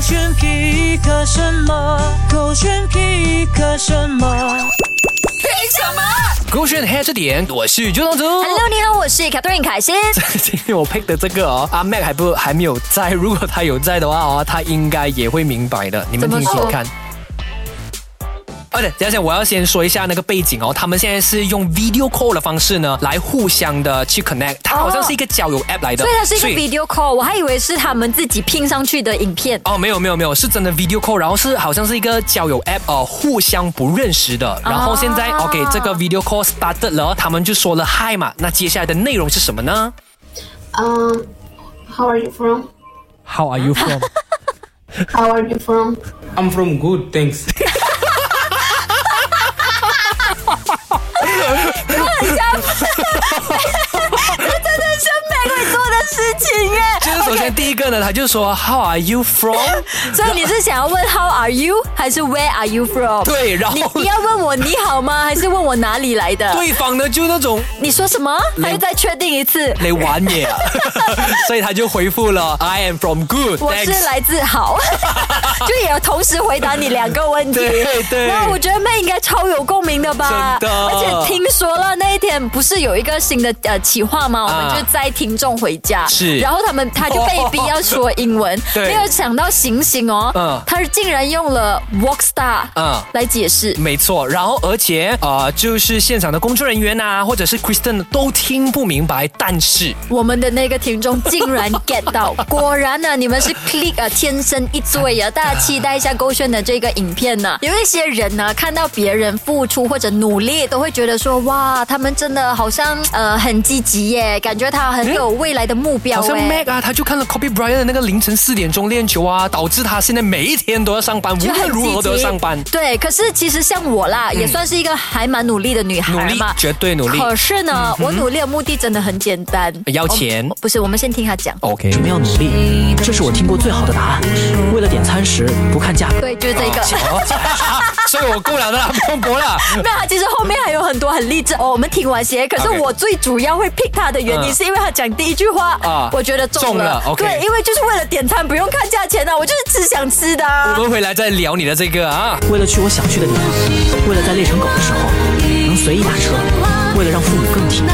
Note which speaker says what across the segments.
Speaker 1: 选皮克什么？狗选皮克什么？
Speaker 2: 勾选黑这点，我是朱东竹。
Speaker 3: Hello，你好，我是 Catherine 凯欣。
Speaker 2: 今天我 pick 的这个哦，阿 Mac 还不还没有在， 如果他有在的话哦，他应该也会明白的。你
Speaker 3: 怎
Speaker 2: 们
Speaker 3: 么
Speaker 2: 听说
Speaker 3: 说
Speaker 2: 看。哦，对，等一下，我要先说一下那个背景哦。他们现在是用 video call 的方式呢，来互相的去 connect。它好像是一个交友 app 来的，
Speaker 3: 哦所以它是一个 video call，我还以为是他们自己拼上去的影 片。
Speaker 2: 哦，没有没有没有，是真的 video call，然后是好像是一个交友 app 哦，互相不认识的。然后现在、
Speaker 3: 啊
Speaker 2: OK 这个 video call started 了，他们就说了 hi 嘛。那接下来的内容是什么呢
Speaker 4: Um, how are you from?
Speaker 2: ？How are you from？
Speaker 4: How are you from?
Speaker 5: I'm from good, thanks.
Speaker 3: 是玫瑰做的事情 耶。
Speaker 2: 就是首先第一个呢，他就说 How are you from？
Speaker 3: 所以你是想要问 How are you，还是 Where are you from？
Speaker 2: 对，然后
Speaker 3: 你要问我你好吗，还是问我哪里来的？
Speaker 2: 对方呢就那种
Speaker 3: 你说什么？还要再确定一次。
Speaker 2: 你玩嘢 啊，所以他就回复了 I am from good，
Speaker 3: 我是
Speaker 2: thanks
Speaker 3: 来自好， 就也要同时回答你两个问题。
Speaker 2: 对对
Speaker 3: 那我觉得妹应该超有共鸣的吧？
Speaker 2: 真的
Speaker 3: 而且听说了那一天不是有一个新的呃企划吗？我
Speaker 2: 啊
Speaker 3: 们就载听众回家，
Speaker 2: 是
Speaker 3: 然后他们他就被逼要说英文，
Speaker 2: 对
Speaker 3: 没有想到醒醒哦，
Speaker 2: 嗯
Speaker 3: 他竟然用了 walk star
Speaker 2: 嗯
Speaker 3: 来解释。
Speaker 2: 没错，然后而且呃，就是现场的工作人员呐、或者是 Kristen 都听不明白，但是
Speaker 3: 我们的那个听众竟然 get 到，果然呢，你们是 click 啊，天生一对啊！大家期待一下勾选的这个影片呢、有一些人呢，看到别人付出或者努力，都会觉得说哇，他们真的好像呃很积极耶，感觉他很有未来的目标
Speaker 2: 好像
Speaker 3: 哎。
Speaker 2: Mac 啊，他就看了 Kobe Bryant 的那个凌晨四点钟练球啊，导致他现在每一天都要上班，无
Speaker 3: 就很
Speaker 2: 论如何都要
Speaker 3: 积极
Speaker 2: 上班。
Speaker 3: 对，可是其实像我啦，也算是一个还蛮努力的女孩
Speaker 2: 努力
Speaker 3: 嘛，
Speaker 2: 绝对努力嗯
Speaker 3: 可是呢，我努力的目的真的很简单，
Speaker 2: 要钱
Speaker 3: 哦不是，我们先听她讲。
Speaker 2: OK，
Speaker 6: 你们要努力，这是我听过最好的答案。为了点餐时不看价格，
Speaker 3: 对，就是这个。
Speaker 2: 哦所以我够了的啦，不用播了。
Speaker 3: 没有，他其实后面还有很多很励志哦。我们听完先，可是
Speaker 2: OK
Speaker 3: 我最主要会 pick 他的原因，
Speaker 2: 嗯
Speaker 3: 是因为他讲第一句话
Speaker 2: 啊
Speaker 3: 我觉得中
Speaker 2: 中了
Speaker 3: 了。
Speaker 2: ，OK
Speaker 3: 对，因为就是为了点餐不用看价钱啊，我就是吃想吃的啊。
Speaker 2: 我们回来再聊你的这个啊。
Speaker 6: 为了去我想去的地方，为了在累成狗的时候能随意打车，为了让父母更体面，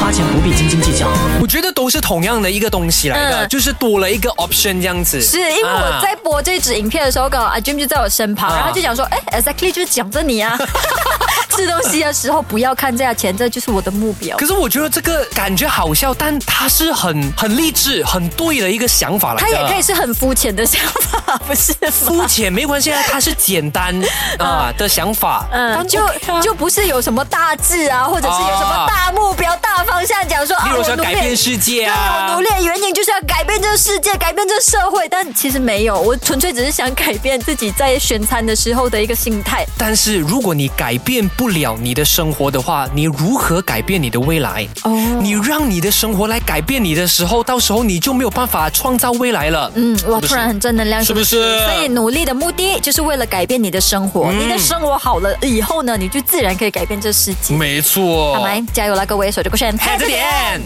Speaker 6: 花钱不必斤斤计较。
Speaker 2: 我觉得都是同样的一个东西来的，
Speaker 3: 嗯
Speaker 2: 就是多了一个 option 这样子。
Speaker 3: 是因为我在
Speaker 2: 啊
Speaker 3: 播这支影片的时候，刚好阿 Jim 就在我身旁，
Speaker 2: 啊
Speaker 3: 然后就讲说，哎，exactly 就是讲着你 啊， 吃东西的时候不要看价钱，这就是我的目标
Speaker 2: 可。是我觉得这个感觉好笑，但它是很很励志、很对的一个想法来
Speaker 3: 他
Speaker 2: 的。
Speaker 3: 也可以是很肤浅的想法，不是吗？
Speaker 2: 啊肤浅没关系啊，它是简 单啊的想法。
Speaker 3: 嗯，就
Speaker 2: 啊
Speaker 3: 就不是有什么大志啊，或者是有什么大目标、大方向，讲说啊
Speaker 2: 例，如
Speaker 3: 我
Speaker 2: 想
Speaker 3: 努
Speaker 2: 改
Speaker 3: 力
Speaker 2: 变。世界
Speaker 3: 对，我
Speaker 2: 啊
Speaker 3: 努。力的原因就是要改变这个世界，改变这个社会，但其实没有，我纯粹只是想改变自己在选餐的时候的一个心态。
Speaker 2: 但是如果你改变不了你的生活的话，你如何改变你的未来？哦，你让你的生活来改变你的时候，到时候你就没有办法创造未来了。
Speaker 3: 嗯，哇，
Speaker 2: 是不是
Speaker 3: 突然很正能量，
Speaker 2: 是不是
Speaker 3: 所以努力的目的就是为了改变你的生活，你的生活好了以后呢，你就自然可以改变这世界。
Speaker 2: 没错
Speaker 3: 哦好，。来，加油啦，各位，手就不炫，
Speaker 2: 看着点。